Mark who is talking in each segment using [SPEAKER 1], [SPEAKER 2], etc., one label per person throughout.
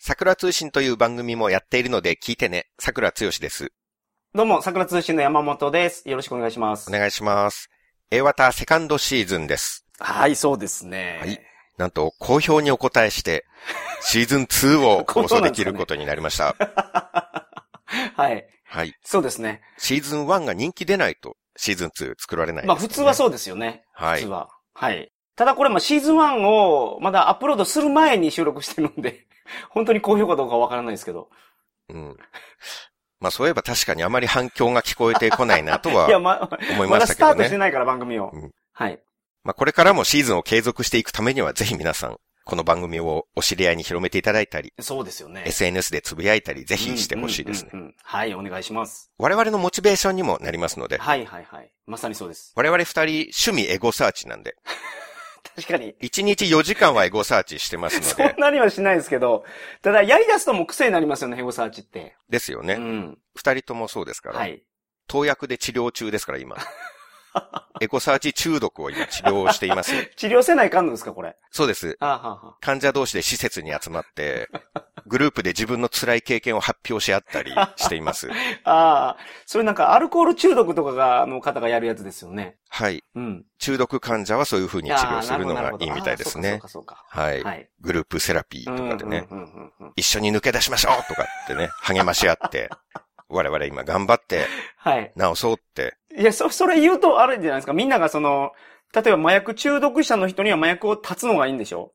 [SPEAKER 1] 桜通信という番組もやっているので聞いてね。桜つよしです。
[SPEAKER 2] どうも、桜通信の山本です。よろしくお願いします。
[SPEAKER 1] お願いします。A ワタセカンドシーズンです。
[SPEAKER 2] はい、そうですね。
[SPEAKER 1] はいなんと、好評にお答えして、シーズン2を
[SPEAKER 2] こ
[SPEAKER 1] 放
[SPEAKER 2] う
[SPEAKER 1] 送
[SPEAKER 2] な
[SPEAKER 1] で
[SPEAKER 2] んですか
[SPEAKER 1] き
[SPEAKER 2] ね
[SPEAKER 1] ることになりました。
[SPEAKER 2] はい。
[SPEAKER 1] はい。
[SPEAKER 2] そうですね。
[SPEAKER 1] シーズン1が人気出ないと、シーズン2作られないですね、
[SPEAKER 2] まあ、普通はそうですよね。
[SPEAKER 1] は
[SPEAKER 2] 普通
[SPEAKER 1] い。
[SPEAKER 2] は。はい。ただこれ、まあ、シーズン1をまだアップロードする前に収録してるんで、 本当に好評かどうかわからないですけど。
[SPEAKER 1] うん。まあ、そういえば確かにあまり反響が聞こえてこないなと はい
[SPEAKER 2] や、ま、
[SPEAKER 1] 思い
[SPEAKER 2] ま
[SPEAKER 1] ま
[SPEAKER 2] だ
[SPEAKER 1] した
[SPEAKER 2] ス
[SPEAKER 1] けど
[SPEAKER 2] タートして
[SPEAKER 1] ね。
[SPEAKER 2] ないから、番組を
[SPEAKER 1] うん。
[SPEAKER 2] はい。
[SPEAKER 1] まあ、これからもシーズンを継続していくためには、ぜひ皆さん、この番組をお知り合いに広めていただいたり、
[SPEAKER 2] そうですよね。
[SPEAKER 1] SNS でつぶやいたり、ぜひしてほしいですね。
[SPEAKER 2] うんうんうんうんはい、お願いします。
[SPEAKER 1] 我々のモチベーションにもなりますので、
[SPEAKER 2] はい、はい、はい。まさにそうです。
[SPEAKER 1] 我々二人趣味エゴサーチなんで、
[SPEAKER 2] 確かに。
[SPEAKER 1] 1日4時間はエゴサーチしてますの
[SPEAKER 2] そん
[SPEAKER 1] で、
[SPEAKER 2] なにはしないですけど、ただ、やり出すともう癖になりますよね、ヘゴサーチって。
[SPEAKER 1] ですよ
[SPEAKER 2] う
[SPEAKER 1] ね。
[SPEAKER 2] ん。
[SPEAKER 1] 二人ともそうですから、
[SPEAKER 2] はい。
[SPEAKER 1] 投薬で治療中ですから 今。エゴサーチ中毒を今治療しています。
[SPEAKER 2] 治療せないかんのですか、これ。
[SPEAKER 1] そうです。
[SPEAKER 2] あーはーは
[SPEAKER 1] 患者同士で施設に集まって、グループで自分の辛い経験を発表し合ったりしています。
[SPEAKER 2] ーあー、それなんかアルコール中毒とかが、あの方がやるやつですよね。
[SPEAKER 1] はい。
[SPEAKER 2] うん。
[SPEAKER 1] 中毒患者はそういう風に治療するの
[SPEAKER 2] あーな
[SPEAKER 1] が
[SPEAKER 2] ほど
[SPEAKER 1] いいみたいですね
[SPEAKER 2] あ。ーそうか、
[SPEAKER 1] は。
[SPEAKER 2] そうか、そうか。はいい。
[SPEAKER 1] グループセラピーとかでね。
[SPEAKER 2] うんうんうんうんうん
[SPEAKER 1] 一緒に抜け出しましょうとかって ね、励まし合って、我々今頑張って
[SPEAKER 2] はい。
[SPEAKER 1] 治そうって、
[SPEAKER 2] いや、そ、それ言うとあるじゃないですか。みんながその、例えば麻薬中毒者の人には麻薬を断つのがいいんでしょ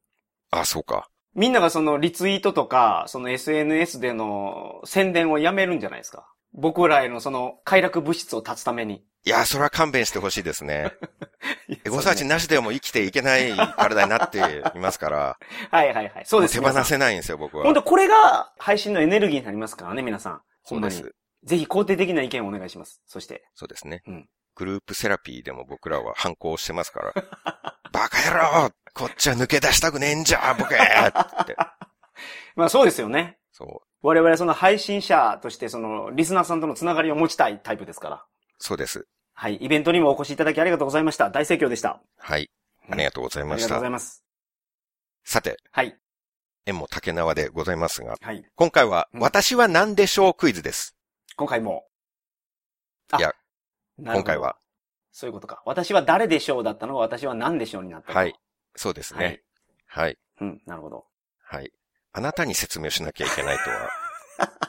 [SPEAKER 1] あ、そうか。
[SPEAKER 2] みんながそのリツイートとか、その SNS での宣伝をやめるんじゃないですか。僕らへのその快楽物質を断つために。
[SPEAKER 1] いや、それは勘弁してほしいです ね。エゴサーチ
[SPEAKER 2] そうね
[SPEAKER 1] なしではもう生きていけない体になっていますから、
[SPEAKER 2] はいはいはい。そうです
[SPEAKER 1] もう手放せないんですよ、僕は。
[SPEAKER 2] 本当これが配信のエネルギーになりますからね、皆さん。
[SPEAKER 1] そうで
[SPEAKER 2] に
[SPEAKER 1] す。。
[SPEAKER 2] ぜひ肯定的な意見をお願いします。そして。
[SPEAKER 1] そうですね、
[SPEAKER 2] うん
[SPEAKER 1] グループセラピーでも僕らは反抗してますから、 バカ野郎こっちは抜け出したくねえんじゃボケって。
[SPEAKER 2] まあそうですよね。
[SPEAKER 1] そう。
[SPEAKER 2] 我々はその配信者として、そのリスナーさんとのつながりを持ちたいタイプですから。
[SPEAKER 1] そうです。
[SPEAKER 2] はい。イベントにもお越しいただきありがとうございました。大盛況でした。
[SPEAKER 1] はい。ありがとうござい
[SPEAKER 2] あ
[SPEAKER 1] ま
[SPEAKER 2] り
[SPEAKER 1] し
[SPEAKER 2] がとう
[SPEAKER 1] た。
[SPEAKER 2] ございます。
[SPEAKER 1] さて、
[SPEAKER 2] はい。
[SPEAKER 1] 縁も竹縄でございますが、
[SPEAKER 2] はい。
[SPEAKER 1] 今回は、
[SPEAKER 2] うん
[SPEAKER 1] 私は何でしょうクイズです。
[SPEAKER 2] 今回も。
[SPEAKER 1] いや、
[SPEAKER 2] なるほど
[SPEAKER 1] 今回。は。
[SPEAKER 2] そういうことか。私は誰でしょうだったのが私は何でしょうになったと
[SPEAKER 1] はい。。そうです
[SPEAKER 2] はい
[SPEAKER 1] ね。。はい。
[SPEAKER 2] うん、なるほど。
[SPEAKER 1] はい。あなたに説明しなきゃいけないとは。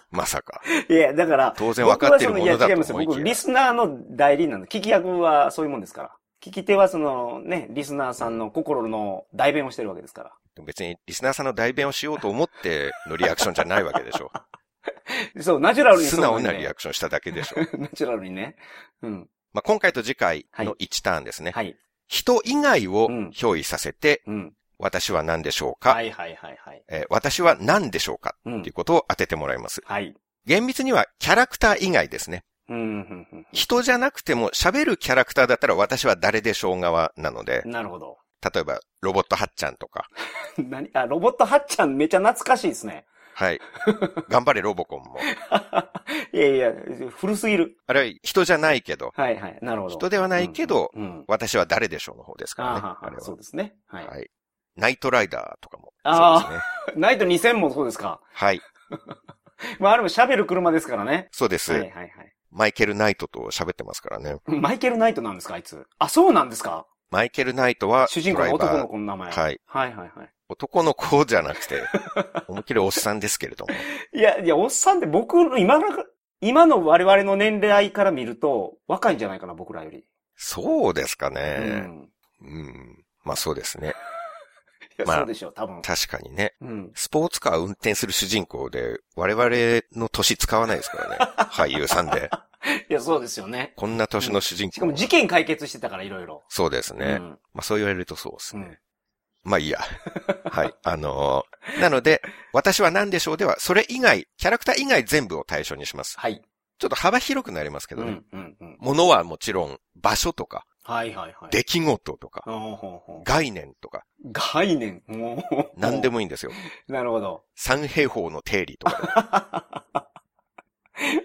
[SPEAKER 1] まさか。
[SPEAKER 2] いや、だから、
[SPEAKER 1] 当然わかってるものだ
[SPEAKER 2] 僕はそのいや違い
[SPEAKER 1] と
[SPEAKER 2] ますよ
[SPEAKER 1] 思い
[SPEAKER 2] 僕、
[SPEAKER 1] きや
[SPEAKER 2] リ。スナーの代理人なの。聞き役はそういうもんですから。聞き手はそのね、リスナーさんの心の代弁をしてるわけですから。
[SPEAKER 1] 別にリスナーさんの代弁をしようと思ってのリアクションじゃないわけでし ょ。
[SPEAKER 2] そう、ナチュラルに
[SPEAKER 1] 素
[SPEAKER 2] そう
[SPEAKER 1] 直
[SPEAKER 2] んで
[SPEAKER 1] なリアクションしただけでしょ。
[SPEAKER 2] ナチュラルにね。うん。
[SPEAKER 1] まあ、今回と次回の1ターンですね。
[SPEAKER 2] はい。
[SPEAKER 1] 人以外を
[SPEAKER 2] うん
[SPEAKER 1] 憑依させて、
[SPEAKER 2] うん。
[SPEAKER 1] 私は何でしょうか、
[SPEAKER 2] はいはいはいはい。
[SPEAKER 1] えー私は何でしょうか
[SPEAKER 2] う
[SPEAKER 1] っ
[SPEAKER 2] ん
[SPEAKER 1] ていう。ことを当ててもらいます。
[SPEAKER 2] はい。
[SPEAKER 1] 厳密にはキャラクター以外ですね。
[SPEAKER 2] うんうん、うん、
[SPEAKER 1] 人じゃなくても喋るキャラクターだったら私は誰でしょう側なので
[SPEAKER 2] う、ん。なるほど。
[SPEAKER 1] 例えばロボットはっちゃんとか、
[SPEAKER 2] 何あ、ロボットはっちゃんめちゃ懐かしいですね。
[SPEAKER 1] はい。頑張れロボコンも。
[SPEAKER 2] いやいや、古すぎる。
[SPEAKER 1] あれは人じゃないけど、
[SPEAKER 2] はいはい。なるほど。
[SPEAKER 1] 人ではないけど、
[SPEAKER 2] うんうんうん
[SPEAKER 1] 私は誰でしょうの方ですからね。
[SPEAKER 2] あ
[SPEAKER 1] あ
[SPEAKER 2] あ
[SPEAKER 1] れ
[SPEAKER 2] はそ
[SPEAKER 1] は
[SPEAKER 2] う。ですね。はい。
[SPEAKER 1] はい。ナイトライダーとかも。
[SPEAKER 2] あー
[SPEAKER 1] そうですね。
[SPEAKER 2] ナイト2000もそうですか。
[SPEAKER 1] はい。
[SPEAKER 2] まあ、あれも喋る車ですからね。
[SPEAKER 1] そうです、
[SPEAKER 2] はいはいはい。
[SPEAKER 1] マイケル・ナイトと喋ってますからね。
[SPEAKER 2] マイケル・ナイトなんですか、あいつ。あ、そうなんですか
[SPEAKER 1] マイケル・ナイトは、
[SPEAKER 2] 主人公
[SPEAKER 1] ド
[SPEAKER 2] の
[SPEAKER 1] ライ
[SPEAKER 2] 男
[SPEAKER 1] バー
[SPEAKER 2] の子の名前。
[SPEAKER 1] はい。
[SPEAKER 2] はいはいは
[SPEAKER 1] 男の子じゃなく て、思いっきりおっさんですけれども。
[SPEAKER 2] い。いや、いや、おっさんって僕の、今の、今の我々の年齢から見ると、若いんじゃないかな、僕らより。
[SPEAKER 1] そうですか
[SPEAKER 2] う
[SPEAKER 1] ね。
[SPEAKER 2] ん。
[SPEAKER 1] うん。まあそうですね。
[SPEAKER 2] いや
[SPEAKER 1] まあ
[SPEAKER 2] そうでしょう、多分。
[SPEAKER 1] 確かにね。
[SPEAKER 2] うん。
[SPEAKER 1] スポーツカー運転する主人公で、我々の年使わないです からね。俳優さんで。
[SPEAKER 2] いや、そうですよね。
[SPEAKER 1] こんな年の主人公。
[SPEAKER 2] しかも事件解決してたから、いろいろ。
[SPEAKER 1] そうですね。
[SPEAKER 2] うん
[SPEAKER 1] まあそう言われるとそうです
[SPEAKER 2] う
[SPEAKER 1] ね。
[SPEAKER 2] ん。
[SPEAKER 1] まあいいや。はい。あのーなので、私は何でしょうでは、それ以外、キャラクター以外全部を対象にします。
[SPEAKER 2] はい。
[SPEAKER 1] ちょっと幅広くなりますけ
[SPEAKER 2] う
[SPEAKER 1] どね。
[SPEAKER 2] ん、うん、うん。
[SPEAKER 1] 物はもちろん、場所とか、
[SPEAKER 2] はいはいはい。、
[SPEAKER 1] 出来事とか、
[SPEAKER 2] ほうほうほう
[SPEAKER 1] 概念とか、
[SPEAKER 2] 概念。もう。
[SPEAKER 1] 何でもいいんですよ。
[SPEAKER 2] なるほど。
[SPEAKER 1] 三平方の定理とか、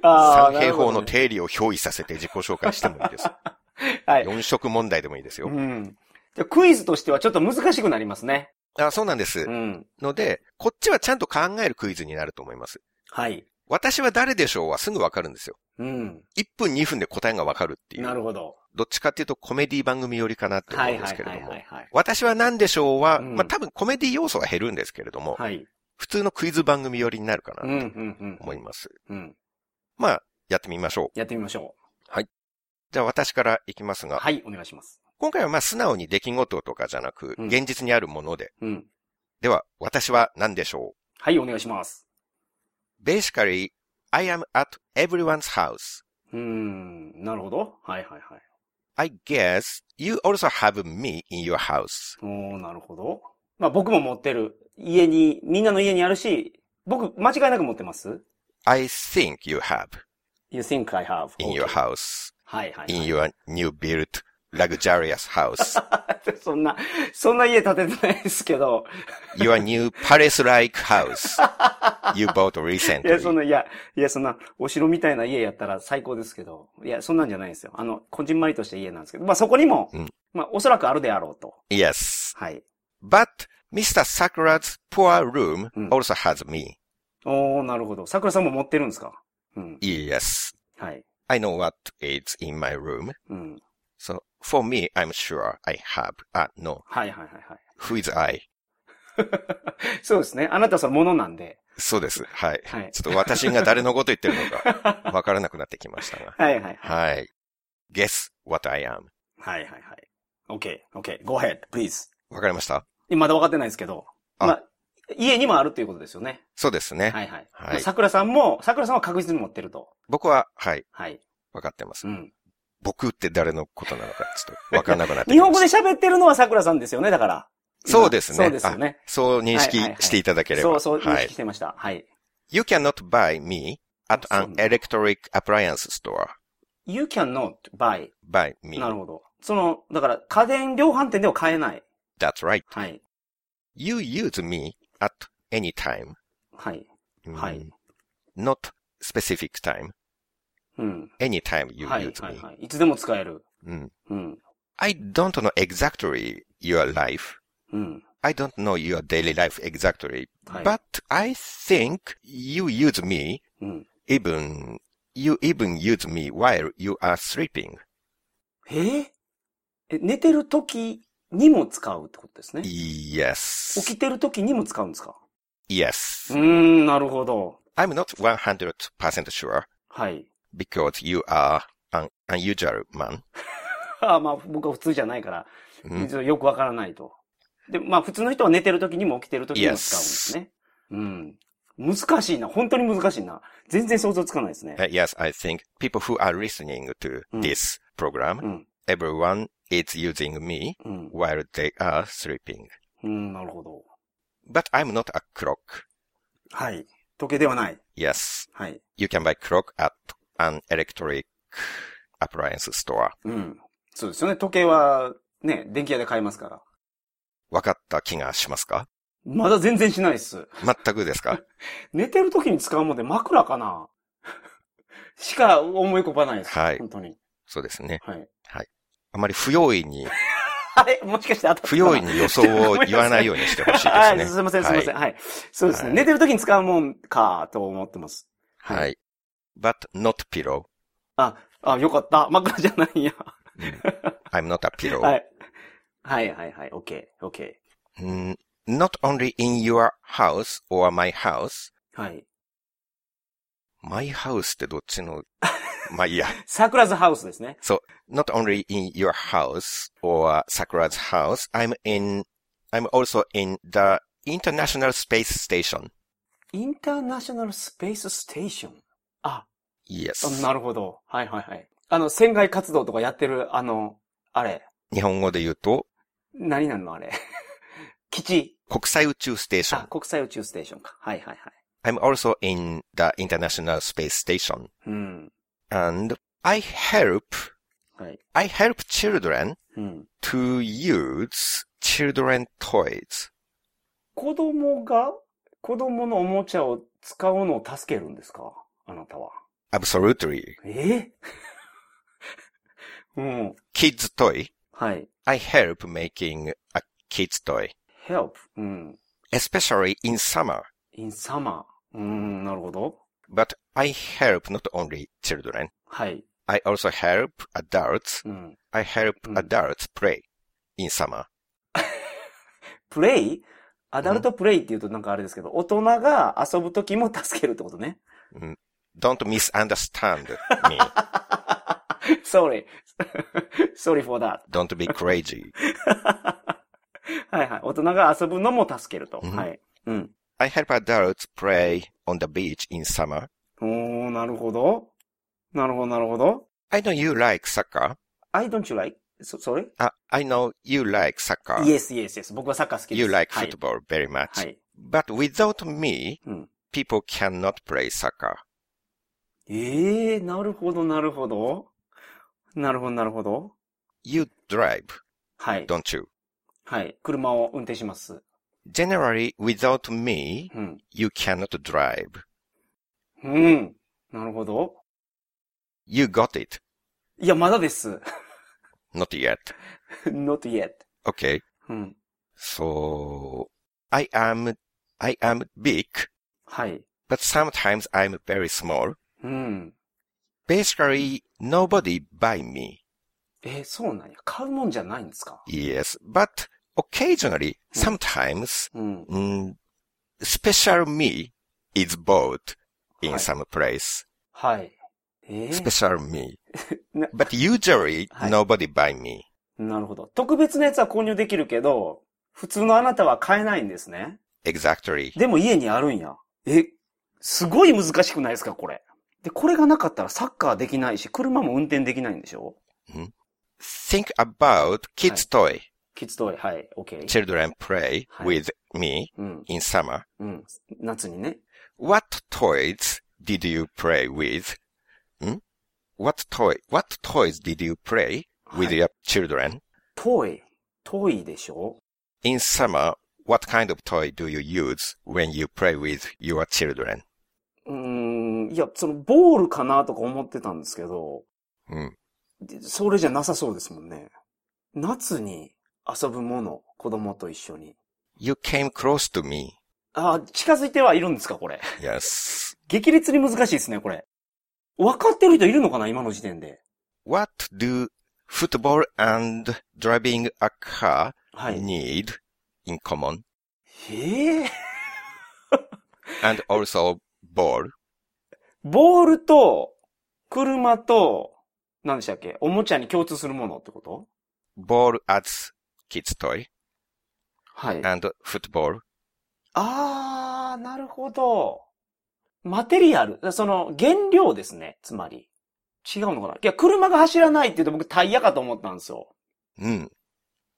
[SPEAKER 2] あー
[SPEAKER 1] 三平方の
[SPEAKER 2] なるほどね
[SPEAKER 1] 定理を憑依させて自己紹介してもいいです。
[SPEAKER 2] はい。
[SPEAKER 1] 四色問題でもいいですよ
[SPEAKER 2] う。ん。じゃあクイズとしてはちょっと難しくなりますね。
[SPEAKER 1] あそうなんです
[SPEAKER 2] う。ん。
[SPEAKER 1] ので、こっちはちゃんと考えるクイズになると思います。
[SPEAKER 2] はい。
[SPEAKER 1] 私は誰でしょうはすぐわかるんですよ。
[SPEAKER 2] うん。
[SPEAKER 1] 1分2分で答えがわかるっていう。
[SPEAKER 2] なるほど。
[SPEAKER 1] どっちかっていうとコメディ番組寄りかなって
[SPEAKER 2] は
[SPEAKER 1] 思うん
[SPEAKER 2] い
[SPEAKER 1] で
[SPEAKER 2] は
[SPEAKER 1] す
[SPEAKER 2] い
[SPEAKER 1] けれ
[SPEAKER 2] は
[SPEAKER 1] ど
[SPEAKER 2] いは
[SPEAKER 1] も。
[SPEAKER 2] いはい。
[SPEAKER 1] 私は何でしょうは、
[SPEAKER 2] うん
[SPEAKER 1] まあ多分コメディ要素は減るんですけれども、
[SPEAKER 2] はい。
[SPEAKER 1] 普通のクイズ番組寄りになるか
[SPEAKER 2] うん、う
[SPEAKER 1] なんと、
[SPEAKER 2] うん
[SPEAKER 1] 思います。
[SPEAKER 2] うん。
[SPEAKER 1] まあ、やってみましょう。
[SPEAKER 2] やってみましょ
[SPEAKER 1] じゃあ私からいきます
[SPEAKER 2] う。
[SPEAKER 1] が、
[SPEAKER 2] はい、お願いします。
[SPEAKER 1] 今回はまあ素直に出来事とかじゃなく、
[SPEAKER 2] うん
[SPEAKER 1] 現実にあるもので、
[SPEAKER 2] うん。
[SPEAKER 1] では私は何でしょ
[SPEAKER 2] はい、お願いします。
[SPEAKER 1] う ?Basically, I am at everyone's house.
[SPEAKER 2] うーん、なるほど。はいはいはい。
[SPEAKER 1] I guess you also have me in your house.
[SPEAKER 2] おー、なるほど。まあ僕も持ってる。家に、みんなの家にあるし、僕、間違いなく持ってます
[SPEAKER 1] I think you have
[SPEAKER 2] ?You think I have.
[SPEAKER 1] in your
[SPEAKER 2] Okay.
[SPEAKER 1] house,
[SPEAKER 2] はいはい、
[SPEAKER 1] in
[SPEAKER 2] はい。
[SPEAKER 1] your new built luxurious house,
[SPEAKER 2] そんな、そんな家建ててないですけど。
[SPEAKER 1] your new palace-like house you bought
[SPEAKER 2] いや、そ
[SPEAKER 1] recently.
[SPEAKER 2] んな、いや、いや、そんな、お城みたいな家やったら最高ですけど。いや、そんなんじゃないですよ。あの、こじんまりとした家なんですけど。まあそこにも、
[SPEAKER 1] うん
[SPEAKER 2] まあおそらくあるであろうと。
[SPEAKER 1] Yes.
[SPEAKER 2] はい。
[SPEAKER 1] But Mr. Sakura's poor room
[SPEAKER 2] うん
[SPEAKER 1] also has me.
[SPEAKER 2] おー、なるほど。桜さんも持ってるんですかうん。
[SPEAKER 1] Yes.
[SPEAKER 2] はい。
[SPEAKER 1] I know what is in my room.
[SPEAKER 2] うん。
[SPEAKER 1] So for me, I'm sure I have. Ah, no.
[SPEAKER 2] はいはいはいはい。
[SPEAKER 1] Who is I?
[SPEAKER 2] そうですね。あなたはそのものなんで。
[SPEAKER 1] そうです。はい。
[SPEAKER 2] はい
[SPEAKER 1] ちょっと私が誰のこと言ってるのかわからなくなってきましたが。
[SPEAKER 2] はいはいは
[SPEAKER 1] は
[SPEAKER 2] い。
[SPEAKER 1] い。Guess what I am.
[SPEAKER 2] はいはいはい。OK, OK, go ahead, please.
[SPEAKER 1] わかりました
[SPEAKER 2] まだ分かってないですけど。
[SPEAKER 1] あ
[SPEAKER 2] まあ、家にもあるということですよね。
[SPEAKER 1] そうですね。
[SPEAKER 2] はいはい。
[SPEAKER 1] はい
[SPEAKER 2] まあ桜さんも、桜さんは確実に持ってると。
[SPEAKER 1] 僕は、はい、
[SPEAKER 2] はい。
[SPEAKER 1] わかってます
[SPEAKER 2] う。ん。
[SPEAKER 1] 僕って誰のことなのか、ちょっ とわからなくなってきました。
[SPEAKER 2] 日本語で喋ってるのは桜さんですよね、だから。
[SPEAKER 1] そうですね
[SPEAKER 2] そうですよね。
[SPEAKER 1] そう認識
[SPEAKER 2] はいはいはい
[SPEAKER 1] していただければ。
[SPEAKER 2] そうそう、認
[SPEAKER 1] は
[SPEAKER 2] 識
[SPEAKER 1] い
[SPEAKER 2] し。てました。はい。
[SPEAKER 1] You cannot buy me at
[SPEAKER 2] あそう
[SPEAKER 1] an
[SPEAKER 2] なんだ
[SPEAKER 1] electric appliance store.
[SPEAKER 2] You cannot buy.
[SPEAKER 1] Buy me.
[SPEAKER 2] なるほど。その、だから、家電量販店では買えない。
[SPEAKER 1] That's right.
[SPEAKER 2] はい。
[SPEAKER 1] You use me at any time.
[SPEAKER 2] はい。
[SPEAKER 1] うん
[SPEAKER 2] はい
[SPEAKER 1] Not specific time.
[SPEAKER 2] うん。
[SPEAKER 1] Any time you
[SPEAKER 2] はい
[SPEAKER 1] use
[SPEAKER 2] はい
[SPEAKER 1] me.
[SPEAKER 2] はい。いつでも使える。
[SPEAKER 1] うん
[SPEAKER 2] うん。
[SPEAKER 1] I don't know exactly your life.
[SPEAKER 2] うん。
[SPEAKER 1] I don't know your daily life exactly.
[SPEAKER 2] はい
[SPEAKER 1] But I think you use me
[SPEAKER 2] うん。
[SPEAKER 1] even, you even use me while you are sleeping.
[SPEAKER 2] えーえ、寝てる時にも使うってことですね。起
[SPEAKER 1] Yes.
[SPEAKER 2] きてる時にも使うんですか
[SPEAKER 1] Yes.
[SPEAKER 2] うーん、なるほど。
[SPEAKER 1] I'm not 100% sure
[SPEAKER 2] はい。
[SPEAKER 1] because you are an unusual man.
[SPEAKER 2] あーまあ、僕は普通じゃないから、
[SPEAKER 1] うん
[SPEAKER 2] ちょっとよくわからないと。で、まあ、普通の人は寝てる時にも起きてる時にも使うんですね。うん。難しいな。本当に難しいな。全然想像つかないですね。
[SPEAKER 1] Uh, yes, I think people who are listening to
[SPEAKER 2] Mm.
[SPEAKER 1] this program,
[SPEAKER 2] うん。
[SPEAKER 1] everyone is using me
[SPEAKER 2] うん。
[SPEAKER 1] while they are sleeping.
[SPEAKER 2] うん、なるほど。
[SPEAKER 1] But I'm not a clock.
[SPEAKER 2] はい。時計ではない。
[SPEAKER 1] Yes,
[SPEAKER 2] はい。
[SPEAKER 1] you can buy clock at an electric appliance store.
[SPEAKER 2] うん。そうですよね。時計は、ね、電気屋で買えますから。
[SPEAKER 1] わかった気がしますか
[SPEAKER 2] まだ全然しないっす。
[SPEAKER 1] 全くです か
[SPEAKER 2] 寝てる時に使うもんで枕かな しか思い浮かばないです。
[SPEAKER 1] はい
[SPEAKER 2] 本当に。
[SPEAKER 1] そうですね。
[SPEAKER 2] はい。
[SPEAKER 1] あまり不用意に、
[SPEAKER 2] あれもしかして当たった
[SPEAKER 1] 不用意に予想を言わないようにしてほしいです
[SPEAKER 2] あ
[SPEAKER 1] ね。
[SPEAKER 2] すいません、すいません。はい。そうですね。
[SPEAKER 1] はい
[SPEAKER 2] 寝てる時に使うもんか、と思ってます。
[SPEAKER 1] はい。はい。But not pillow.
[SPEAKER 2] あ、あ、よかった。枕じゃないんや。
[SPEAKER 1] I'm not a pillow.
[SPEAKER 2] はい。はい、はい、はい。OK、OK。
[SPEAKER 1] Mm, not only in your house or my house.
[SPEAKER 2] はい。
[SPEAKER 1] my house ってどっち の、まあいいや。
[SPEAKER 2] 桜ズハウスですね。
[SPEAKER 1] not only in your house or Sakura's house, I'm in, I'm also in the International Space Station.
[SPEAKER 2] インターナショナルスペースステーション。
[SPEAKER 1] Yes.
[SPEAKER 2] あなるほど。はい、はい、はい。あの、船外活動とかやってる、あの、あれ。
[SPEAKER 1] 日本語で言うと、
[SPEAKER 2] 何なのあれ。 基地。
[SPEAKER 1] 国際宇宙ステーショ
[SPEAKER 2] あ、
[SPEAKER 1] ン。
[SPEAKER 2] 国際宇宙ステーションか。はいはいはい。
[SPEAKER 1] I'm also in the International Space Station.
[SPEAKER 2] うん。
[SPEAKER 1] And I help,
[SPEAKER 2] はい。
[SPEAKER 1] I help children
[SPEAKER 2] うん。
[SPEAKER 1] to use children toys.
[SPEAKER 2] 子供が、子供のおもちゃを使うのを助けるんですかあなたは。
[SPEAKER 1] Absolutely.
[SPEAKER 2] え うん。
[SPEAKER 1] Kids toy.
[SPEAKER 2] はい。
[SPEAKER 1] I help making a kids toy.
[SPEAKER 2] help. うん。
[SPEAKER 1] especially in summer.
[SPEAKER 2] in summer.うん、なるほど。
[SPEAKER 1] But I help not only children.
[SPEAKER 2] はい。
[SPEAKER 1] I also help adults.
[SPEAKER 2] うん。
[SPEAKER 1] I help
[SPEAKER 2] Mm.
[SPEAKER 1] adults play in summer.
[SPEAKER 2] プレイアダルトプレイって言うとなんかあれですけど、大人が遊ぶ時も助けるってことね。
[SPEAKER 1] Don't misunderstand me.
[SPEAKER 2] sorry. sorry for that.
[SPEAKER 1] Don't be crazy.
[SPEAKER 2] はいはい。大人が遊ぶのも助けると。
[SPEAKER 1] うん
[SPEAKER 2] はい。うん。
[SPEAKER 1] I help adults play on the beach in summer.
[SPEAKER 2] おー、なるほど。なるほど、なるほど。
[SPEAKER 1] I know you like soccer.
[SPEAKER 2] I don't you like? So, sorry?
[SPEAKER 1] Uh, I know you like soccer.
[SPEAKER 2] Yes, yes, yes. 僕はサッカー好きです。
[SPEAKER 1] You like
[SPEAKER 2] はい。
[SPEAKER 1] football very much.
[SPEAKER 2] はい。
[SPEAKER 1] But without me,
[SPEAKER 2] Mm.
[SPEAKER 1] people cannot play soccer.
[SPEAKER 2] ええー、なるほど、なるほど。なるほど、なるほど。
[SPEAKER 1] You drive,
[SPEAKER 2] はい。
[SPEAKER 1] don't you?
[SPEAKER 2] はい。車を運転します。
[SPEAKER 1] Generally, without me,
[SPEAKER 2] うん。
[SPEAKER 1] you cannot drive.
[SPEAKER 2] うん。なるほど。
[SPEAKER 1] You got it.
[SPEAKER 2] いや、まだです。
[SPEAKER 1] Not yet.
[SPEAKER 2] not yet.
[SPEAKER 1] Okay.
[SPEAKER 2] うん。
[SPEAKER 1] So, I am, I am big,
[SPEAKER 2] はい。
[SPEAKER 1] but sometimes I'm very small.
[SPEAKER 2] うん。
[SPEAKER 1] Basically, nobody buy me.
[SPEAKER 2] えー、そうなんや。買うもんじゃないんですか
[SPEAKER 1] Yes. But occasionally,
[SPEAKER 2] Hmm.
[SPEAKER 1] sometimes,
[SPEAKER 2] うん。
[SPEAKER 1] mm, special me is bought in
[SPEAKER 2] はい
[SPEAKER 1] some place.
[SPEAKER 2] はい。えー、
[SPEAKER 1] special me.
[SPEAKER 2] Na-
[SPEAKER 1] but usually
[SPEAKER 2] はい
[SPEAKER 1] nobody buy me.
[SPEAKER 2] なるほど。特別なやつは購入できるけど、普通のあなたは買えないんですね。
[SPEAKER 1] Exactly.
[SPEAKER 2] でも家にあるんや。え、すごい難しくないですか、これ。で、これがなかったらサッカーできないし、車も運転できないんでしょ
[SPEAKER 1] Think about kids toy.
[SPEAKER 2] キッズトイ、はい、OK。
[SPEAKER 1] Children play
[SPEAKER 2] はい
[SPEAKER 1] with me
[SPEAKER 2] うん、
[SPEAKER 1] in summer.
[SPEAKER 2] うん。夏にね。
[SPEAKER 1] What toys did you play with? Hmm? What toy, what toys did you play with
[SPEAKER 2] はい
[SPEAKER 1] your children?
[SPEAKER 2] トイ、トイでしょ
[SPEAKER 1] In summer, what kind of toy do you use when you play with your children?
[SPEAKER 2] うーん、いや、その、ボールかなとか思ってたんですけど、
[SPEAKER 1] Hmm.
[SPEAKER 2] でそれじゃなさそうですもんね。夏に遊ぶもの、子供と一緒に。
[SPEAKER 1] You came close to me.
[SPEAKER 2] あ、近づいてはいるんですか、これ。
[SPEAKER 1] Yes.
[SPEAKER 2] 激烈に難しいですね、これ。分かってる人いるのかな、今の時点で。
[SPEAKER 1] What do football and driving a car
[SPEAKER 2] はい。
[SPEAKER 1] need in common?
[SPEAKER 2] ええ
[SPEAKER 1] And also ball.
[SPEAKER 2] ボールと、車と、何でしたっけおもちゃに共通するものってこと
[SPEAKER 1] Ball as kids toy
[SPEAKER 2] はい。
[SPEAKER 1] and football.
[SPEAKER 2] あー、なるほど。マテリアル、その、原料ですね、つまり。違うのかないや、車が走らないって言うと僕タイヤかと思ったんですよ。
[SPEAKER 1] Mm.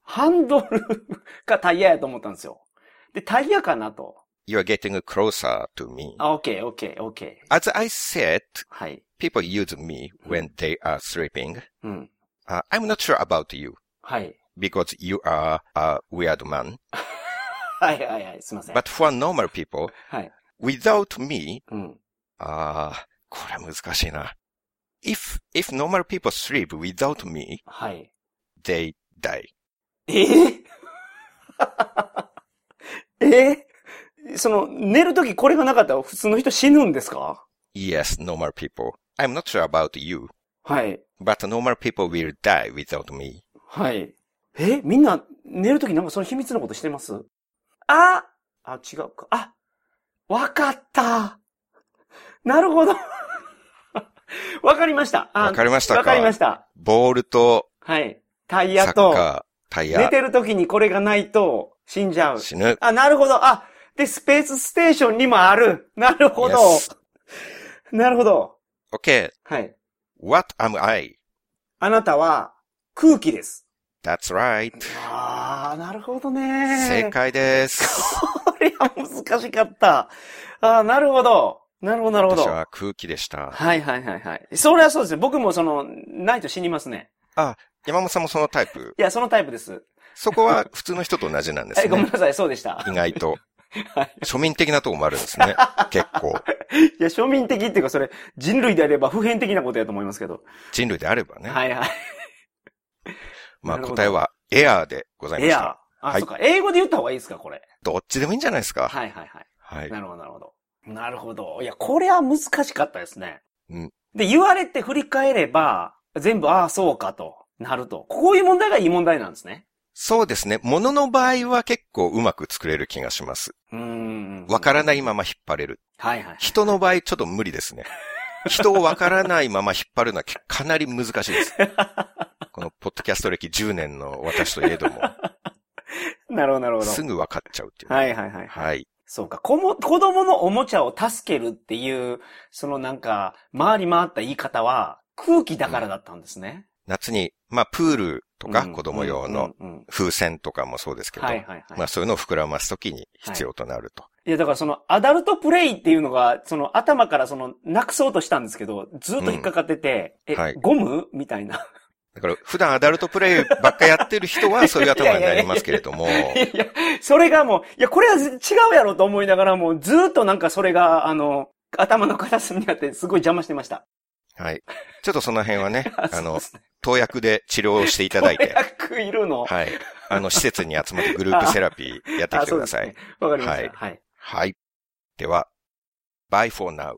[SPEAKER 2] ハンドルがタイヤやと思ったんですよ。で、タイヤかなと。
[SPEAKER 1] You are getting closer to me.
[SPEAKER 2] あ、オッケー、オッケー、オッケー。
[SPEAKER 1] As I said,
[SPEAKER 2] はい。
[SPEAKER 1] people use me when they are sleeping.
[SPEAKER 2] うん。
[SPEAKER 1] Uh, I'm not sure about you
[SPEAKER 2] はい。
[SPEAKER 1] because you are a weird man.
[SPEAKER 2] はいはいはい、すいません。
[SPEAKER 1] But for normal people,
[SPEAKER 2] はい。
[SPEAKER 1] without me,
[SPEAKER 2] うん。
[SPEAKER 1] ああ、これ難しいな。If, if normal people sleep without me,
[SPEAKER 2] はい。
[SPEAKER 1] they die.
[SPEAKER 2] ええ ええその、寝るときこれがなかったら普通の人死ぬんですか
[SPEAKER 1] Yes, normal people. I'm not sure about you,
[SPEAKER 2] はい。
[SPEAKER 1] but normal people will die without me.
[SPEAKER 2] はい。えみんな寝るときなんかその秘密のことしてますああ、違うか。あわかったなるほど わかりました。あ
[SPEAKER 1] わかりましたか
[SPEAKER 2] わかりました。
[SPEAKER 1] ボールと
[SPEAKER 2] はい。タイ
[SPEAKER 1] サ
[SPEAKER 2] ヤ
[SPEAKER 1] ッ
[SPEAKER 2] と、
[SPEAKER 1] カー、タイ
[SPEAKER 2] 寝
[SPEAKER 1] ヤ、
[SPEAKER 2] てるときにこれがないと死んじゃう。
[SPEAKER 1] 死ぬ。
[SPEAKER 2] あ、なるほど。あ、で、スペースステーションにもある。なるほど。
[SPEAKER 1] Yes.
[SPEAKER 2] なるほど。
[SPEAKER 1] Okay,
[SPEAKER 2] はい。
[SPEAKER 1] what am I?
[SPEAKER 2] あなたは空気です。
[SPEAKER 1] That's right.
[SPEAKER 2] ああ、なるほどね。
[SPEAKER 1] 正。解です。
[SPEAKER 2] これは難しかった。ああ、なるほど。なるほど、 なるほど。
[SPEAKER 1] 私
[SPEAKER 2] は
[SPEAKER 1] は空気でした。
[SPEAKER 2] いはいはいはい。それはそうですね。僕もその、ないと死にますね。
[SPEAKER 1] 山本さんもそのタイプ。
[SPEAKER 2] いや、そのタイプです。
[SPEAKER 1] そこは普通の人と同じなんで
[SPEAKER 2] は
[SPEAKER 1] す
[SPEAKER 2] い、ごめん
[SPEAKER 1] ね。
[SPEAKER 2] なさい。そうでした。
[SPEAKER 1] 意外と
[SPEAKER 2] はい。
[SPEAKER 1] 庶民的なとこもあるんです ね。結構。
[SPEAKER 2] いや、庶民的っていうか、それ、人類であれば普遍的なことやと思いますけど。
[SPEAKER 1] 人類であればね。
[SPEAKER 2] はいはい。
[SPEAKER 1] まあ
[SPEAKER 2] なるほど
[SPEAKER 1] 答えはエアーでございまし
[SPEAKER 2] エ
[SPEAKER 1] た。
[SPEAKER 2] アあ、
[SPEAKER 1] はい
[SPEAKER 2] そっか。英語で言った方がいいですか、これ。
[SPEAKER 1] どっちでもいいんじゃないですか。
[SPEAKER 2] はいはいはい。
[SPEAKER 1] はい。
[SPEAKER 2] なるほど、なるほど。なるほど。いや、これは難しかったですね。
[SPEAKER 1] うん
[SPEAKER 2] で、言われて振り返れば、全部、ああ、そうかと、なると。こういう問題がいい問題なんですね。
[SPEAKER 1] そうですね。ものの場合は結構うまく作れる気がします。
[SPEAKER 2] うーん。。
[SPEAKER 1] わからないいまま引っ張れる。
[SPEAKER 2] はいはい。
[SPEAKER 1] 人の場合ちょっと無理 ですね。人をわからないまま引っ張るのはけかなり難しいです。このポッドキャスト歴10年の私といえども、
[SPEAKER 2] なるほど、なるほど。
[SPEAKER 1] すぐわかっちゃうっていう。
[SPEAKER 2] はいはいはい。
[SPEAKER 1] はい。
[SPEAKER 2] そうか。子も、子供のおもちゃを助けるっていう、そのなんか、回り回った言い方は、空気だからだったんですね。
[SPEAKER 1] 夏に、まあ、プールとか子供用の
[SPEAKER 2] うん。うんうん
[SPEAKER 1] 風船とかもそうですけど、
[SPEAKER 2] はいはいはい。
[SPEAKER 1] まあ、そういうのを膨らますときに必要となると。
[SPEAKER 2] いや、だからそのアダルトプレイっていうのが、その頭からそのなくそうとしたんですけど、ずっと引っかかってて、
[SPEAKER 1] うん
[SPEAKER 2] え、
[SPEAKER 1] はい
[SPEAKER 2] ゴムみたいな。
[SPEAKER 1] だから、普段アダルトプレイばっかやってる人はそういう頭になりますけれども、
[SPEAKER 2] い やいや、それがもう、いや、これは違うやろと思いながらもうずっとなんかそれが、あの、頭の片隅にあってすごい邪魔してました。
[SPEAKER 1] はい。ちょっとその辺は ね、あ
[SPEAKER 2] そう
[SPEAKER 1] の
[SPEAKER 2] で、すね
[SPEAKER 1] 投薬で治療をしていただいて、
[SPEAKER 2] 500いるの。
[SPEAKER 1] はい。あの、施設に集まってグループセラピーやってき
[SPEAKER 2] あ
[SPEAKER 1] てく
[SPEAKER 2] そうで
[SPEAKER 1] だ
[SPEAKER 2] す
[SPEAKER 1] さい。
[SPEAKER 2] ねわかりました。
[SPEAKER 1] はい
[SPEAKER 2] はい
[SPEAKER 1] はい。では、bye for now.